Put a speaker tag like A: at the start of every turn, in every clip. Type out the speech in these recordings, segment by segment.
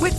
A: With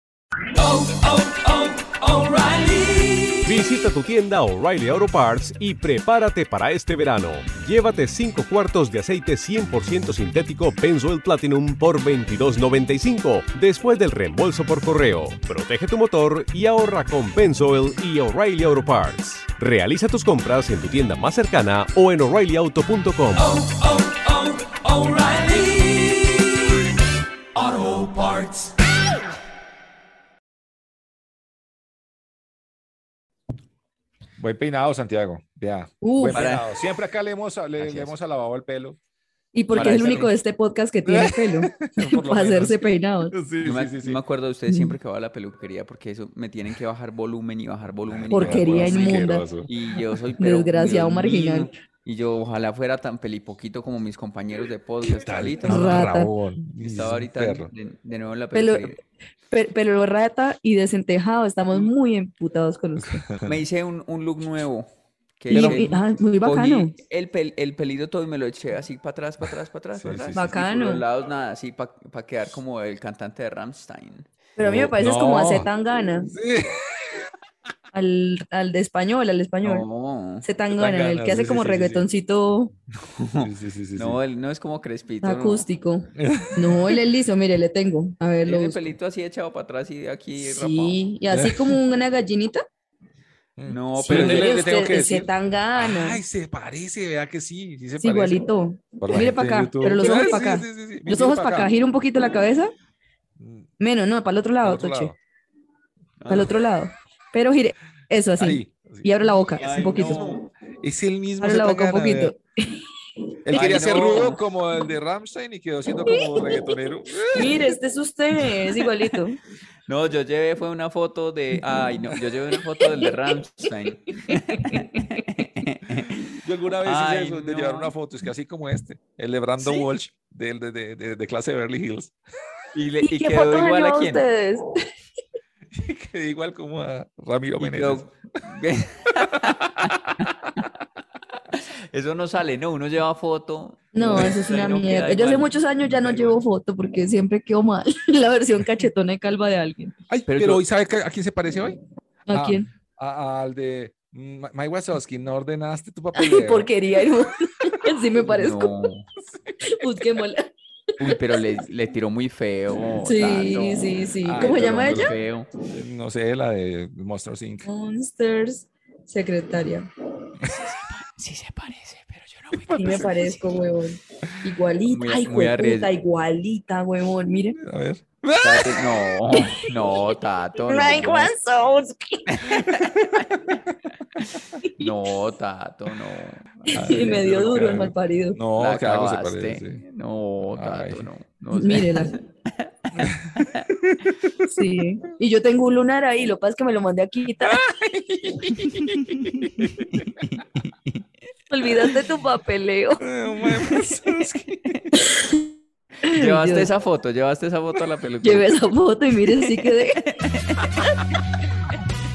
B: Visita tu tienda O'Reilly Auto Parts y prepárate para este verano. Llévate 5 cuartos de aceite 100% sintético Benzoyl Platinum por $22.95 después del reembolso por correo. Protege tu motor y ahorra con Benzoyl y O'Reilly Auto Parts. Realiza tus compras en tu tienda más cercana o en o'ReillyAuto.com.
C: Ah, Buen peinado, Santiago. Vea.
D: Uh,
C: buen
D: para-
C: peinado. Siempre acá le hemos, le,
E: Así
C: le
E: es.
C: hemos alabado el pelo.
D: Y porque
C: Para
D: es el
C: ese
D: único de este podcast que tiene pelo.
C: Por lo
D: para hacerse
C: menos.
D: peinados.
C: Sí,
F: Yo me,
C: sí, sí,
F: yo
C: sí.
F: me acuerdo de ustedes
D: Mm.
F: siempre que va a la peluquería porque eso me tienen que bajar volumen y bajar volumen. y
D: Porquería
F: bajar volumen.
D: inmunda.
C: Asqueroso.
F: Y yo soy pero,
D: Desgraciado
F: Dios
D: marginal.
F: mío, Y yo ojalá fuera tan pelipoquito como mis compañeros de podcast. Alito,
D: tan raro. Rata.
C: Rabón.
F: que Estaba ahorita
C: Perro.
F: de, de nuevo en la
D: Pelo-
F: peluquería.
D: Pe- Pero rata y desentejado, estamos muy emputados con usted.
F: Me hice un, un look nuevo. Que
D: Y-
F: hice-
D: y- ah, muy bacano.
F: Cogí el, pel- el pelito todo y me lo eché así para atrás, para atrás, para atrás,
C: Sí,
F: para
C: sí,
F: atrás.
C: sí,
F: y por
D: Bacano.
F: los lados nada, así para quedar como el cantante de Rammstein.
D: Pero a mí me pareces como a
C: No.
D: Zetangana. Al, al de español, al español.
F: No,
D: Zetangana, el que
C: Zetangana,
D: hace
C: sí,
D: como
C: sí, sí, sí.
D: reggaetoncito
C: Sí, sí, sí, sí, sí.
F: no, él no es como Crespito. no.
D: acústico. No, él es liso, mire, le tengo. A ver, lo
F: Tiene el
D: busco.
F: pelito así echado para atrás y de aquí rapado.
D: Sí, y así como una gallinita.
F: No,
D: Sí,
F: pero
C: yo
D: mire,
C: le- le tengo
D: usted
C: que
D: es
C: decir.
D: Zetangana.
C: Ay, se parece, vea que sí. Sí, se
D: Es Ah, igualito.
C: Por la
D: Mire
C: gente
D: para
C: de
D: acá,
C: YouTube.
D: pero los ojos
C: Sí,
D: para acá.
C: sí, sí, sí, sí.
D: Los
C: Mire
D: ojos
C: pa'
D: para acá, gira un poquito
C: Mm.
D: la cabeza. Menos, no, para el otro lado,
C: Al Mm. otro
D: Toche.
C: lado. Ah.
D: Para el otro lado. Pero gire, eso así.
C: Ahí.
D: Y abre la boca, un
F: Ay,
D: poquito.
C: "Oh".
F: no.
C: Es el
F: Pues
C: mismo.
D: Abre la boca un
C: Zetangana, vea.
D: poquito.
C: Él quería
F: Ay,
C: ser
F: no.
C: rudo como el de Rammstein y quedó siendo como reggaetonero.
D: Mire, este es usted, es igualito.
F: No, yo llevé fue una foto de. Ay, no, yo llevé una foto del de Rammstein.
C: Yo alguna vez
F: Ay,
C: hice eso, de
F: no.
C: llevar una foto, es que así como este, el de Brandon Walsh, del de, de, de- de clase de Beverly Hills,
F: Y, le,
D: ¿Y
F: y
D: qué
F: quedó
D: fotos han
F: igual a
D: llevado
F: quién.
D: ustedes?
C: que igual como a Ramiro
F: Y
C: Meneses.
F: quedó- Eso no sale, no, uno lleva foto.
D: No,
F: y
D: eso es una
F: no queda
D: mierda. Yo hace
F: igual.
D: muchos años ya no llevo foto porque siempre quedo mal. La versión cachetona y calva de alguien.
C: Ay, pero,
F: pero yo- Mm.
C: hoy, ¿sabe que- a quién se parece hoy?
D: ¿A
C: Ah,
D: quién?
C: A- al de mm, Mike Wazowski, no ordenaste tu
D: Ay,
C: papel.
F: eh.
D: porquería. hermano. Sí me parezco.
F: No.
D: Busquémosla.
F: Uy, pero le, le tiró muy feo.
D: Sí,
F: Tano.
D: sí, sí.
C: Ay,
D: ¿Cómo se
C: pero
D: llama
C: no
F: Muy
D: ella?
F: feo.
C: No sé, la de Monster Inc.
D: Monsters Secretaria.
F: Sí se parece, pero yo no
D: Sí me parezco, huevón. Igualita.
F: Muy-
D: Ay,
F: muy
D: hueputa,
F: arriesgado.
D: igualita, huevón. Miren.
C: A ver.
F: Tato, No, no, Tato. No, Ah, no, Tato, no.
C: Ah,
D: Y me dio
C: pero
D: duro el
C: claro.
D: malparido.
C: No,
F: La
C: claro, se
F: acabaste.
C: parece. sí.
F: No, Tato,
C: Ay.
F: no. no sé.
D: Mírela. Sí. Y yo tengo un lunar ahí, lo que pasa es que me lo mandé a quitar. Olvidaste tu papeleo.
F: Llevaste
D: Dios.
F: esa foto, llevaste esa foto a la peluquería.
D: Llevé esa foto y miren, sí quedé.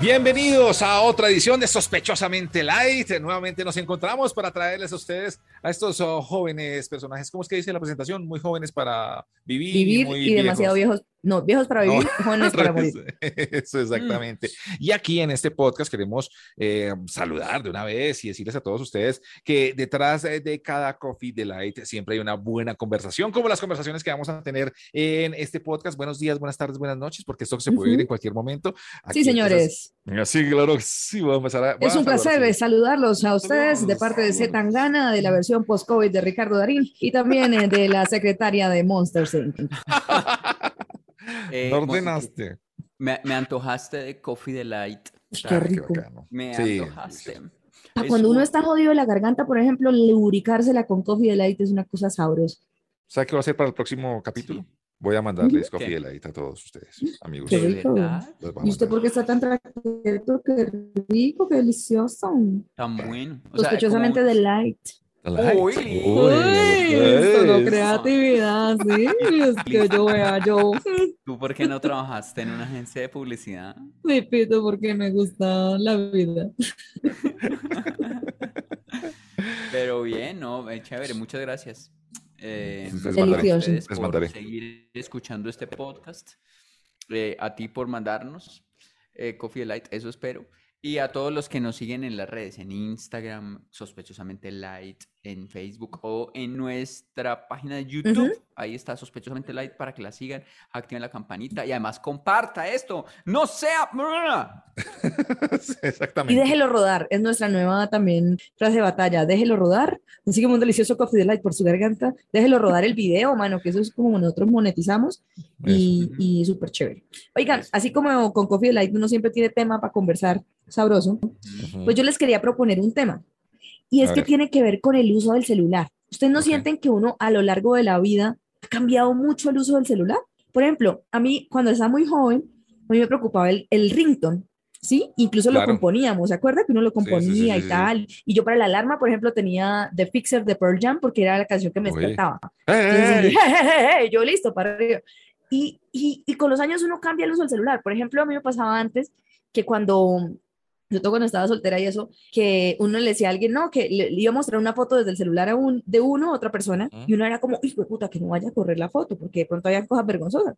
C: Bienvenidos a otra edición de Sospechosamente Light. Nuevamente nos encontramos para traerles a ustedes a estos oh, jóvenes personajes. ¿Cómo es que dice la presentación? Muy jóvenes para vivir.
D: Vivir
C: muy
D: y demasiado
C: viejos.
D: viejos No, viejos para vivir, jóvenes para morir.
C: Eso exactamente. Y aquí en este podcast queremos eh, saludar de una vez y decirles a todos ustedes que detrás eh, de cada Coffee Delight siempre hay una buena conversación, como las conversaciones que vamos a tener en este podcast. Buenos días, buenas tardes, buenas noches, porque esto se puede ir en cualquier momento. Aquí,
D: Sí, señores.
C: entonces, sí, claro que sí. Vamos a empezar a-
D: Es
C: vamos
D: un
C: a saludar,
D: placer
C: sí.
D: saludarlos a ustedes de
C: Saludos,
D: parte de
C: saludos.
D: Zetangana, de la versión post-COVID de Ricardo Darín y también eh, de la secretaria de Monsters Inc.
F: Eh,
C: No
F: Monse,
C: ordenaste.
F: Me, me antojaste de Coffee Delight.
D: Qué
C: Ah,
D: rico.
C: bacano.
F: Me
C: Sí.
F: antojaste.
D: Pa'
F: Es
D: cuando uno
F: un-
D: está jodido de la garganta, por ejemplo, lubricársela con Coffee Delight es una cosa sabrosa.
C: ¿Sabe qué va a hacer para el próximo capítulo? Voy a mandarles Coffee Delight a todos ustedes, amigos.
D: Qué
F: ¿De
D: rico.
F: verdad?
C: Los voy a
D: ¿Y usted
C: mandar.
D: por qué está tan tranquilo? Qué rico, qué delicioso.
F: Tan bueno. O sea,
D: Sospechosamente
F: como-
D: delight.
C: Delight.
F: Uy.
C: Uy,
D: Uy, eso no
C: es.
D: creatividad, sí. Es que yo vea, yo,
F: ¿Tú por qué no trabajaste en una agencia de publicidad?
D: me pito porque me gusta la vida.
F: Pero bien, no, eh, chévere, muchas gracias. Eh,
C: Les
F: a
C: mandaré,
D: Delicioso.
F: ustedes
C: les
F: por
C: mandaré.
F: seguir escuchando este podcast, eh, a ti por mandarnos eh, Coffee Light, eso espero, y a todos los que nos siguen en las redes, en Instagram, sospechosamente Light, en Facebook o en nuestra página de YouTube, ahí está sospechosamente Light para que la sigan, activen la campanita y además comparta esto, no sea...
D: Y
C: Exactamente.
D: déjelo rodar, es nuestra nueva también frase de batalla, déjelo rodar, así como un delicioso coffee delight por su garganta, déjelo rodar el video, mano, que eso es como nosotros monetizamos y, y súper chévere. Oigan, así como con coffee delight uno siempre tiene tema para conversar, sabroso,
C: Ujú.
D: pues yo les quería proponer un tema, y es
C: A
D: que
C: ver.
D: tiene que ver con el uso del celular. ¿Ustedes no
C: Ok.
D: sienten que uno a lo largo de la vida ha cambiado mucho el uso del celular? Por ejemplo, a mí cuando estaba muy joven, a mí me preocupaba el, el ringtone, ¿sí? Incluso
C: Claro.
D: lo componíamos, ¿se acuerda? Que uno lo
C: sí, sí,
D: componía
C: sí,
D: y
C: sí.
D: tal. Y yo para la alarma, por ejemplo, tenía The Fixer de Pearl Jam porque era la canción que me
C: Uy.
D: despertaba. Entonces,
C: ¡Ey!
D: dije, "Hey, hey, hey, hey", yo listo, para arriba. Y, y, y con los años uno cambia el uso del celular. Por ejemplo, a mí me pasaba antes que cuando, yo todo cuando estaba soltera y eso, que uno le decía a alguien, no, que le, le iba a mostrar una foto desde el celular a un, de uno a otra persona, y uno era como, hijo de puta, que no vaya a correr la foto, porque de pronto había cosas vergonzosas.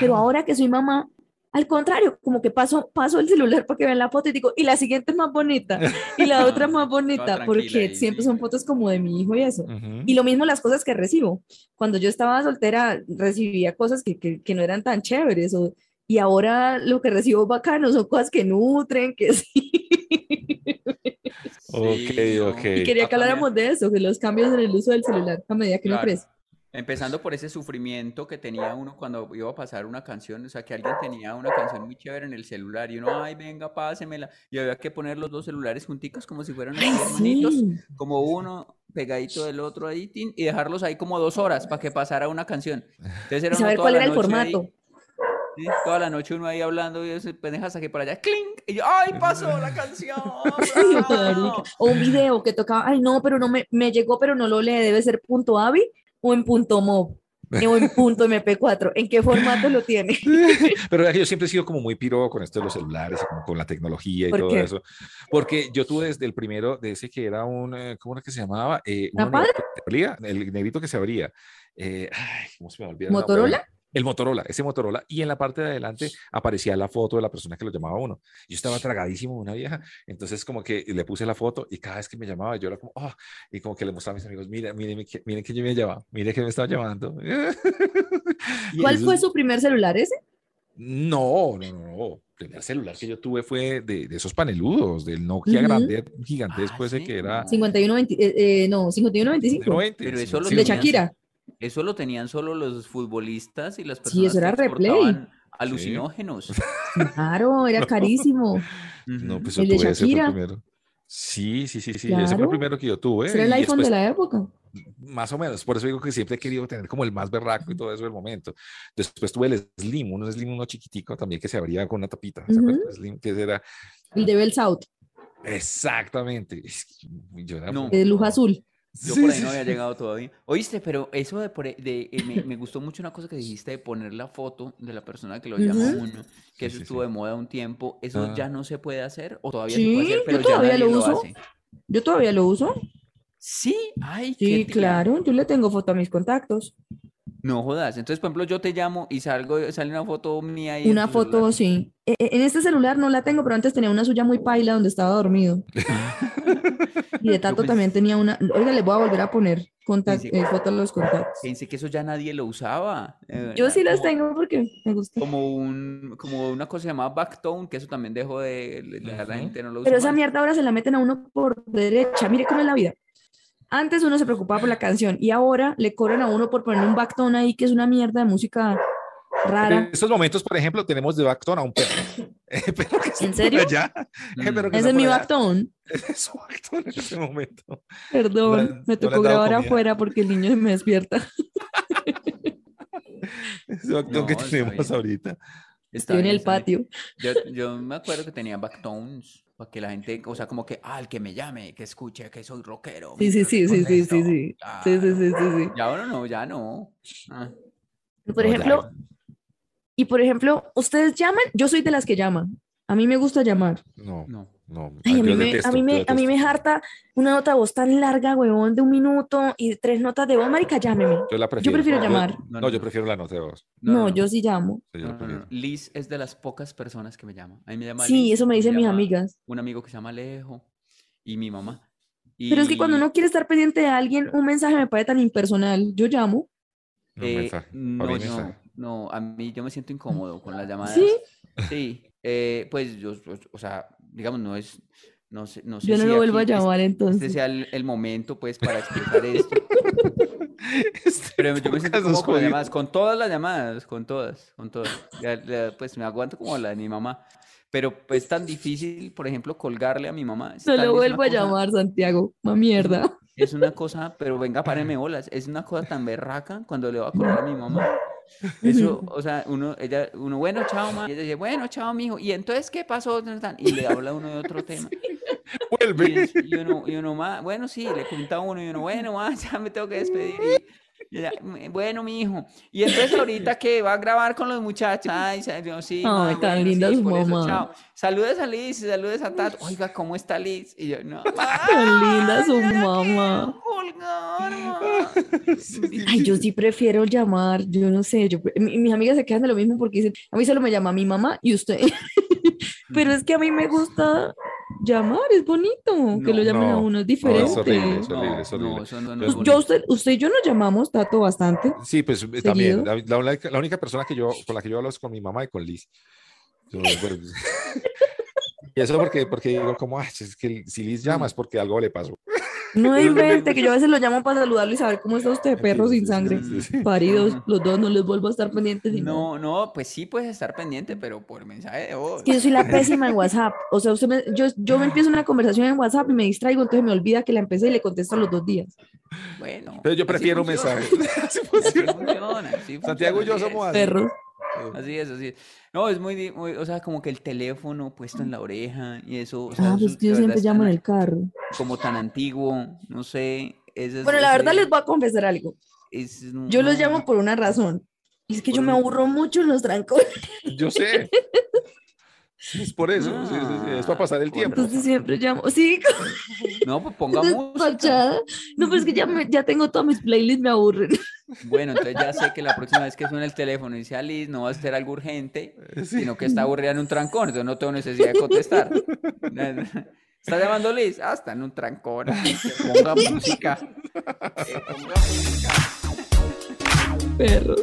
D: Pero ahora que soy mamá, al contrario, como que paso, paso el celular porque vean la foto y digo, y la siguiente es más bonita, y la otra es más bonita,
F: tranquila
D: porque
F: ahí.
D: siempre son fotos como de mi hijo y eso.
C: Ujú.
D: Y lo mismo las cosas que recibo. Cuando yo estaba soltera, recibía cosas que, que, que no eran tan chéveres. o- y ahora lo que recibo bacano son cosas que nutren, que sí.
F: Sí, no.
C: Ok, ok.
D: Y quería que
F: Ah,
D: habláramos de eso, que los cambios en el uso del celular a medida que uno
F: Claro.
D: crece.
F: Empezando por ese sufrimiento que tenía uno cuando iba a pasar una canción, o sea, que alguien tenía una canción muy chévere en el celular y uno, ay, venga, pásemela, y había que poner los dos celulares junticos como si fueran así, hermanitos,
D: Sí.
F: como uno pegadito del otro ahí, tin, y dejarlos ahí como dos horas para que pasara una canción. Entonces
D: Y
F: era uno
D: saber
F: toda
D: cuál
F: la
D: era el
F: noche ahí,
D: formato.
F: ¿sí? toda la noche uno ahí hablando y ese pendeja hasta que por allá, clink, y yo, ay, pasó la canción.
D: Ay,
F: bravo".
D: marica. O un video que tocaba, ay no, pero no me, me llegó, pero no lo lee, debe ser punto .avi o en punto .mob o en punto .mp4. ¿En qué formato lo tiene?
C: Pero vea que yo siempre he sido como muy piro con esto de los celulares, y como con la tecnología y
D: ¿Por
C: todo
D: qué?
C: eso. Porque yo tuve desde el primero, de ese que era un, eh, ¿cómo era que se llamaba? Eh, uno
D: ¿Napalm?
C: negrito que se abría, el negrito que se abría. Eh, ay, ¿cómo se me olvida el nombre?
D: ¿Motorola?
C: El Motorola, ese Motorola. Y en la parte de adelante aparecía la foto de la persona que lo llamaba a uno. Yo estaba tragadísimo de una vieja, entonces como que le puse la foto y cada vez que me llamaba yo era como, oh, y como que le mostraba a mis amigos, mira, miren, que- miren que yo me llamaba, miren que me estaba llamando. Y
D: ¿Cuál
C: eso
D: fue
C: es-
D: su primer celular ese?
C: no, no, no, no. El primer celular que yo tuve fue de, de esos paneludos, del Nokia
D: Ujú.
C: grande, gigantesco
F: Ah,
C: ese
F: sí.
C: que era
D: 51, 20, eh, eh, no, 51, 25.
C: 90,
F: Pero
C: sí,
F: eso lo
C: sí,
D: de
C: sí.
F: tenían-
D: Shakira.
F: Eso lo tenían solo los futbolistas y las personas
D: Sí, eso
F: que
D: era replay.
F: exportaban alucinógenos.
D: Claro, era carísimo.
C: No, pues
D: El
C: yo tuve
D: de
C: ese fue el
D: Shakira.
C: primero. Sí, sí, sí, sí, ese fue el
D: Claro.
C: primero que yo tuve.
D: Ese era el
C: y
D: iPhone
C: después-
D: de la época.
C: Más o menos, por eso digo que siempre he querido tener como el más berraco y todo eso del momento. Después tuve el Slim, un Slim, uno chiquitico también que se abría con una tapita. ¿se acuerdan? Slim, que era
D: El de Bell South,
C: exactamente. es que yo- yo era
F: No.
D: de luz azul.
F: Yo
C: Sí,
F: por ahí
C: sí,
F: no había
C: sí.
F: llegado todavía. Oíste, pero eso de, por- de- eh, me, me gustó mucho una cosa que dijiste de poner la foto de la persona que lo llama a
D: Ujú.
F: uno, que eso
C: sí, sí.
F: estuvo de moda un tiempo. ¿Eso
C: Ah.
F: ya no se puede hacer? ¿O todavía se
D: Sí,
F: puede hacer,
D: yo
F: pero ya
D: todavía
F: nadie
D: lo
F: lo
D: uso.
F: hace?
D: Yo todavía lo uso.
F: Sí, ay, qué
D: Sí,
F: tía.
D: claro. Yo le tengo foto a mis contactos.
F: No jodas. Entonces, por ejemplo, yo te llamo y salgo, sale una foto mía y
D: Una foto, sí. E- e- En este celular no la tengo, pero antes tenía una suya muy paila donde estaba dormido. y de tanto
F: pensé-
D: también tenía una. Oiga, les voy a volver a poner contact,
F: Pensé-
D: eh, foto a los contactos.
F: Pensé que eso ya nadie lo usaba. eh,
D: Yo sí las
F: como-
D: tengo porque me gusta.
F: Como un, como una cosa llamada Backtone, que eso también dejó de, la, la
C: Ujú.
F: gente no lo usa
D: Pero esa
F: más.
D: mierda ahora se la meten a uno por derecha. Mire cómo es la vida. Antes uno se preocupaba por la canción y ahora le cobran a uno por poner un backtone ahí que es una mierda de música
C: En
D: rara.
C: estos momentos, por ejemplo, tenemos de backtone a un perro. Eh, perro que está
D: ¿En
C: por
D: serio?
C: allá, eh,
F: Mm.
C: perro que está
D: Ese es
C: por
D: mi
C: allá.
D: backtone.
C: Es su backtone en este momento.
D: Perdón,
C: No le-
D: me
C: no le has
D: tocó
C: dado
D: grabar
C: comida.
D: afuera porque el niño me despierta.
C: Es el backtone que
F: No, está
C: tenemos
F: bien.
C: ahorita.
F: Está
D: Estoy en
F: bien,
D: el
F: está bien.
D: patio.
F: Yo, yo me acuerdo que tenía backtones para que la gente, o sea, como que, ah, el que me llame, que escuche, que soy rockero.
D: Sí, sí,
F: mientras
D: sí,
F: le
D: sí, sí, sí,
F: contesto.
D: sí. Sí, sí, sí, sí,
F: Ya ahora no, ya no. Ah,
D: sí. Por
C: No, ya.
D: ejemplo, y por ejemplo, ustedes llaman, yo soy de las que llaman. A mí me gusta llamar.
C: No,
F: no.
C: no.
D: Ay, a
C: yo
D: mí, me,
C: detesto,
D: a, mí
C: yo
D: me, a mí
C: detesto.
D: me harta una nota de voz tan larga, huevón, de un minuto y tres notas de voz, marica, llámeme.
C: Yo la prefiero.
D: prefiero llamar.
C: No,
F: No,
C: yo
F: no.
C: prefiero la nota de voz.
D: No, yo sí llamo.
C: Yo la
F: no, no, no.
C: prefiero.
F: Liz es de las pocas personas que me llama. A mí me llama
D: Sí,
F: Liz,
D: eso me dicen mis
F: llama
D: amigas.
F: Un amigo que se llama Alejo y mi mamá.
D: Pero es que cuando
F: Y-
D: uno quiere estar pendiente de alguien, un mensaje me parece tan impersonal. Yo llamo.
C: No,
F: Eh,
C: mensaje.
F: no,
C: Abrí
F: yo-
C: mensaje.
F: no, a mí yo me siento incómodo con las llamadas.
D: ¿Sí?
F: Sí, eh, pues yo, yo- o sea, digamos, no es, no sé, no sé
D: Yo no
F: si
D: lo vuelvo a
F: aquí es-
D: llamar
F: Este
D: entonces.
F: sea el, el momento, pues, para explicar esto.
C: Este
F: Pero yo me siento
C: podcast nos
F: como con las
C: jodió.
F: llamadas, con todas las llamadas, con todas, con todas. Ya- ya, pues me aguanto como la de mi mamá. Pero es tan difícil, por ejemplo, colgarle a mi mamá. es
D: No
F: tan- es
D: lo
F: una
D: vuelvo a
F: cosa-
D: llamar, Santiago. Ma mierda.
F: Es una cosa, pero venga, párenme bolas. Es una cosa tan berraca cuando le va a colgar a mi mamá. Eso, o sea, uno, ella, uno, bueno, chao, mamá. Y ella dice, bueno, chao, mijo. Y entonces, ¿qué pasó? Tan, tan, Y le habla uno de otro tema. Y,
C: Vuelve.
F: es- y uno, y uno más, bueno, sí, le cuenta uno y uno, bueno, ma, ya me tengo que despedir. Y- y ella, "Mm, bueno, mi hijo. Y entonces ahorita que va a grabar con los muchachos. Ay, sa- yo, sí, ma,
D: Ay, tan
F: bueno,
D: linda
F: sí,
D: su
F: por eso,
D: mamá.
F: chao. Saludes a Liz, saludes a Tato. Oiga, ¿cómo está Liz? Y yo, no.
D: Tan linda su
F: "Ay, mira
D: mamá.
F: que vulgar, ma".
D: Ay, yo sí prefiero llamar, yo no sé, yo, mi- mis amigas se quejan de lo mismo porque dicen, a mí solo me llama mi mamá y usted, pero es que a mí me gusta llamar, es bonito
F: No,
D: que lo llamen a
C: no,
D: uno,
C: no,
D: es diferente.
C: es horrible, es horrible,
F: No,
C: es horrible.
F: no, eso no- no
C: Yo-
F: es
D: Pues
F: bonito.
D: yo, usted, usted y yo nos llamamos, Tato, bastante.
C: Sí, pues eh, también.
D: Seguido.
C: La, la única- la única persona que yo, con la que yo hablo es con mi mamá y con Liz. Yo, bueno, y eso porque, porque digo, como, "Ay, es que si Liz llama es porque algo le pasó.
D: No invente, que yo a veces lo llamo para saludarlo y saber cómo está usted, perro sin sangre.
C: Sí, sí, sí.
D: Paridos, los dos no les vuelvo a estar pendientes. ni nada.
F: No, no, pues sí puedes estar pendiente, pero por mensaje de voz.
D: Es que yo soy la pésima en WhatsApp. O sea, usted me- yo, yo me empiezo una conversación en WhatsApp y me distraigo, entonces me olvida que la empecé y le contesto a los dos días.
F: Bueno.
C: Pero yo
F: así
C: prefiero un
F: funciona.
C: mensaje. Así
F: Así
C: funciona.
F: funciona, así
C: Santiago y yo
F: funciona, así
C: somos
F: es.
C: así.
D: Perros.
F: Así es, así es. No, es muy, di- muy- o sea, como que el teléfono puesto en la oreja y eso. o sea,
D: Ah,
F: eso
D: pues que
F: de
D: yo
F: verdad
D: siempre
F: es
D: llamo en
F: tan-
D: el carro.
F: Como tan antiguo, no sé. ese es-
D: Bueno, la verdad
F: ese
D: les voy a confesar algo.
F: es-
D: Yo los
F: no,
D: llamo por una razón. Y es que
F: Por
D: yo me
F: un-
D: aburro mucho en los trancones.
C: Yo sé. Sí, Es por eso. sí, sí, sí, Es para pasar el
F: Ah,
C: tiempo.
D: Entonces siempre llamo. Sí,
F: No, pues ponga música.
D: despachada. No, pero es que ya, me- ya tengo todas mis playlists, me aburren.
F: Bueno, entonces ya sé que la próxima vez que suena el teléfono y dice Alice, no va a ser algo urgente, sino que está aburrida en un trancón, entonces no tengo necesidad de contestar. No, no. ¿Está llamando Liz? Ah, está en un trancón. Ay, que Ponga música. Que ponga música.
D: Perros.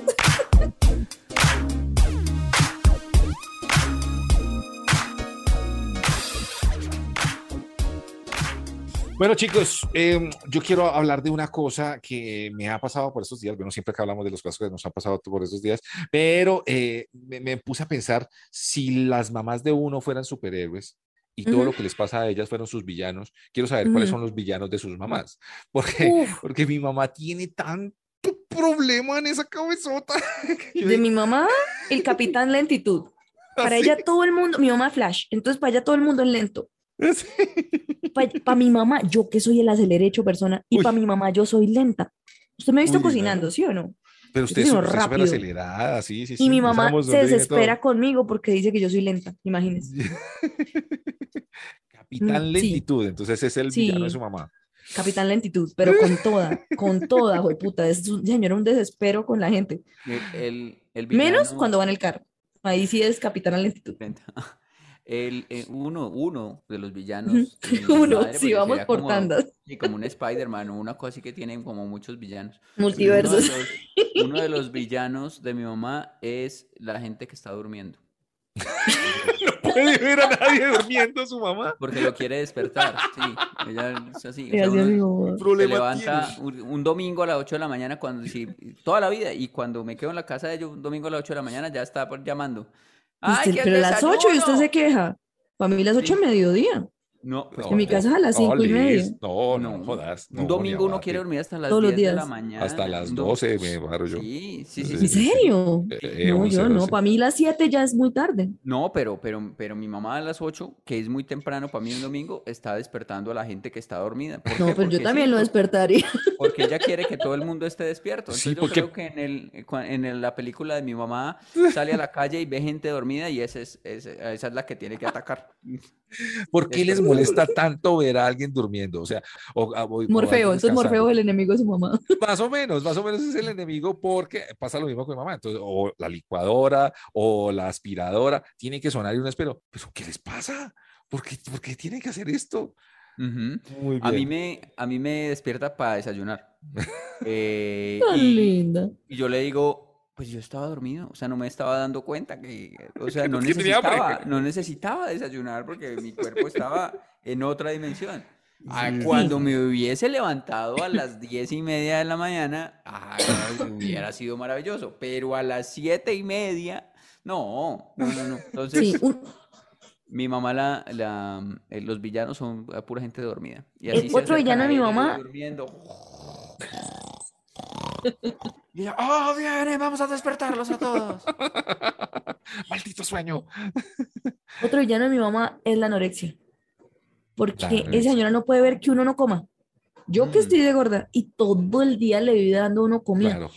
C: Bueno, chicos, em, yo quiero hablar de una cosa que me ha pasado por estos días. Bueno, siempre que hablamos de los casos que nos han pasado por estos días, pero eh, me, me puse a pensar si las mamás de uno fueran superhéroes y todo
D: Ujú.
C: lo que les pasa a ellas fueron sus villanos, quiero saber cuáles
D: Ujú.
C: son los villanos de sus mamás. Porque,
D: Uf,
C: porque mi mamá tiene tanto problema en esa cabezota. que yo
D: de
C: digo,
D: mi mamá, el capitán lentitud.
F: Ah,
D: Para
C: "Así".
D: ella todo el mundo, mi mamá flash, entonces para ella todo el mundo es lento.
C: Sí.
D: Para mi mamá, yo que soy el aceleré hecho persona, y
C: Uy.
D: para mi mamá yo soy lenta. Usted me ha visto
C: Uy, ¿verdad?
D: cocinando, ¿sí o no?
C: Pero usted es
D: sino
C: súper usted es súper
D: rápido.
C: acelerada, sí, sí, sí.
D: Y mi
C: no
D: mamá
C: sabemos
D: se
C: dónde viene
D: desespera
C: todo.
D: conmigo porque dice que yo soy lenta, imagínese.
C: Capitán
D: Mm, sí.
C: Lentitud, entonces ese es el villano de
D: Mm, Sí.
C: su mamá.
D: Capitán Lentitud, pero con toda, con toda, puta. Es un, señor, un desespero con la gente.
F: Eh, El, el
D: Menos
F: villano-
D: cuando va en el carro. Ahí sí es Capitán Lentitud.
F: Venta. El, eh, uno, uno de los villanos. eh,
D: Uno,
F: madre,
D: si
F: porque
D: vamos
F: sería
D: por
F: como-
D: tandas.
F: sí, como un Spider-Man o una cosa así que tienen como muchos villanos. Y uno de
D: Multiversos.
F: los- Uno de los villanos de mi mamá es la gente que está durmiendo,
C: puede ver a nadie durmiendo su mamá.
F: porque lo quiere despertar. Sí, ella es así. o sea,
D: Gracias, mi
F: uno
D: boba.
F: se
C: Problema
F: levanta
C: tienes.
F: un, un domingo a las 8 de la mañana, cuando sí, toda la vida, y cuando me quedo en la casa de ellos un domingo a las 8 de la mañana ya está por- llamando. ¡Ay,
D: Usted-
F: que el
D: Pues pero a las 8 y usted
F: desayuno!
D: se queja. Para mí las 8
F: Sí.
D: de mediodía.
F: No, pues
D: En mi
C: no,
D: casa es a las
C: no,
D: 5 y
C: Liz,
D: media.
C: No, no,
F: No.
C: jodas. no,
F: Un domingo
C: ni
F: uno
C: abate.
F: quiere dormir hasta las
D: Todos los
F: 10 de la
D: días.
F: mañana.
C: Hasta las
F: un dom-
C: 12 me paro yo.
F: Sí, sí, sí.
C: Sí,
D: ¿En
F: sí.
D: serio?
C: Eh,
D: no,
C: once,
D: yo no.
C: doce.
D: Para mí las 7 ya es muy tarde.
F: No, pero, pero, pero mi mamá a las 8, que es muy temprano para mí un domingo, está despertando a la gente que está dormida. ¿Por
D: No,
F: qué?
D: pero
F: Porque
D: pues yo
F: sí,
D: también lo
F: por-
D: despertaría.
F: Porque ella quiere que todo el mundo esté despierto.
C: Sí,
F: Entonces yo
C: porque-
F: creo que en, el, eh, cua- en el- la película de mi mamá sale a la calle y ve gente dormida y ese es, ese- esa es la que tiene que atacar.
C: ¿Por qué les
F: Despertar.
C: molesta tanto ver a alguien durmiendo? O sea, o, a- o- o alguien
D: Morfeo, entonces
C: descansando.
D: Morfeo es el enemigo de su mamá.
C: Más o menos, más o menos es el enemigo porque pasa lo mismo con mi mamá. Entonces, o la licuadora o la aspiradora, tiene que sonar y uno espera, ¿pero qué les pasa? ¿Por qué, por qué tienen que hacer esto?
F: Ujú.
C: Muy
F: A mí me, a mí me despierta para desayunar. Eh,
D: Tan
F: y-
D: linda.
F: Y yo le digo, pues yo estaba dormido, o sea, no me estaba dando cuenta que, o sea, no
C: Porque tenía hambre.
F: necesitaba, no necesitaba desayunar porque mi cuerpo estaba en otra dimensión. Ah,
D: Sí.
F: cuando me hubiese levantado a las diez y media de la mañana, ah, hubiera sido maravilloso, pero a las siete y media, no, no, no, no.
D: Sí,
F: Entonces,
D: un-
F: mi mamá, la, la, eh, los villanos son a pura gente dormida. Y así se
D: Eh, otro
F: acercan
D: villano
F: a
D: de mi
F: ella,
D: mamá-
F: Durmiendo. Y ella, oh, viene, vamos a despertarlos a todos.
C: Maldito sueño.
D: otro villano de mi mamá es la anorexia. Porque
C: anorexia.
D: esa señora no puede ver que uno no coma. Yo que
F: Mm.
D: estoy de gorda y todo el día le vive dando a uno comida.
C: Claro.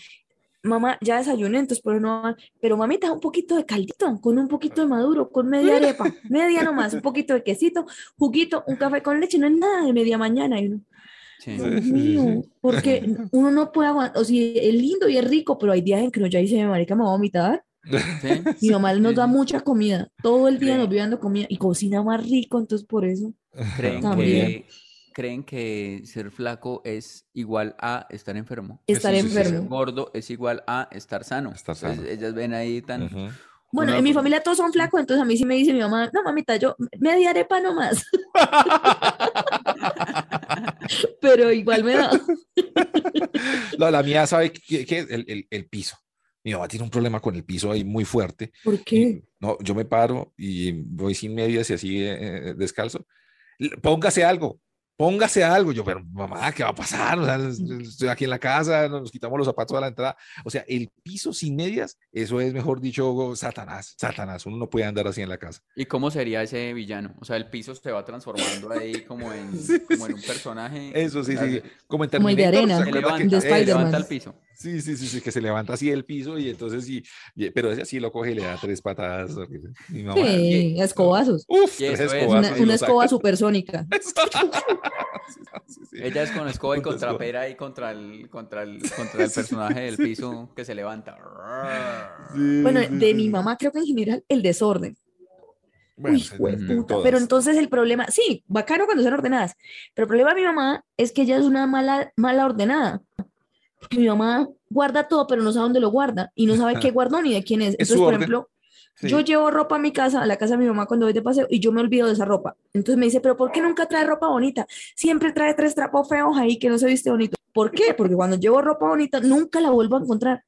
D: Mamá, ya desayuné, entonces por eso no va- Pero mamita, un poquito de caldito, con un poquito de maduro, con media arepa, media nomás, un poquito de quesito, juguito, un café con leche, no es nada de media mañana. Y uno,
F: Sí.
D: Dios mío, porque uno no puede aguantar, o sea, es lindo y es rico, pero hay días en que uno ya dice, marica, me voy a vomitar.
F: Sí.
D: Mi mamá nos da
F: sí.
D: mucha comida, todo el día
F: Sí.
D: nos vive dando comida y cocina más rico, entonces por eso.
F: ¿Creen
C: Ah,
D: También.
F: que, creen que ser flaco es igual a estar enfermo.
D: Estar
C: Sí, sí, sí, sí.
F: Ser
D: enfermo.
F: gordo es igual a estar sano.
C: Estar
F: Entonces,
C: sano.
F: ellas ven ahí tan...
C: Ujú.
D: Bueno,
F: Una-
D: en mi familia todos son flacos, entonces a mí sí me dice mi mamá, no mamita, yo media arepa nomás. Pero igual me da.
C: La, la mía sabe que, que el, el- el piso. Mi mamá tiene un problema con el piso ahí muy fuerte.
D: ¿Por
C: Y,
D: qué?
C: No, yo me paro y voy sin medias y así eh, eh, descalzo. L- Póngase algo, póngase algo. Yo, pero mamá, ¿qué va a pasar? O sea, es-
F: Mm.
C: es- estoy aquí en la casa, nos quitamos los zapatos a la entrada. O sea, el piso sin medias, eso es, mejor dicho, Satanás, Satanás. Uno no puede andar así en la casa.
F: ¿Y cómo sería ese villano? O sea, el piso se va transformando ahí como en, como en un personaje.
C: Eso sí,
F: Claro,
C: sí, como en
D: Como el de
C: Terminator, ¿se
D: arena,
F: Se
C: acuerda que-
F: levanta,
D: de
F: se
C: Eso,
D: Spider-Man.
F: levanta al piso.
C: Sí, sí, sí, sí, que se levanta así del piso y entonces sí, y- pero ese así lo coge y le da tres patadas. Mi mamá.
D: Sí, escobazos.
C: Uf,
F: Y
C: tres
F: eso es.
C: escobazos
D: Una,
C: y lo
D: una
C: saca.
D: escoba supersónica.
C: Sí, sí.
F: Ella es con escoba y
C: Con escoba.
F: contrapera y contra el, contra el, contra el personaje del piso que se levanta.
C: Sí,
D: Bueno,
C: sí,
D: de
C: sí,
D: mi
C: sí.
D: mamá creo que en general el desorden.
C: Bueno,
D: Uy,
C: sí,
D: jue-
C: en
D: puta,
C: todas.
D: Pero entonces el problema, sí, bacano cuando son ordenadas, pero el problema de mi mamá es que ella es una mala, mala ordenada. Porque mi mamá guarda todo, pero no sabe dónde lo guarda y no sabe qué guardó ni de quién es.
C: Es
D: Entonces,
C: su
D: por
C: orden.
D: ejemplo,
C: Sí.
D: yo llevo ropa a mi casa, a la casa de mi mamá cuando voy de paseo y yo me olvido de esa ropa. Entonces me dice, pero ¿por qué nunca trae ropa bonita? Siempre trae tres trapos feos ahí que no se viste bonito. ¿Por qué? Porque cuando llevo ropa bonita nunca la vuelvo a encontrar.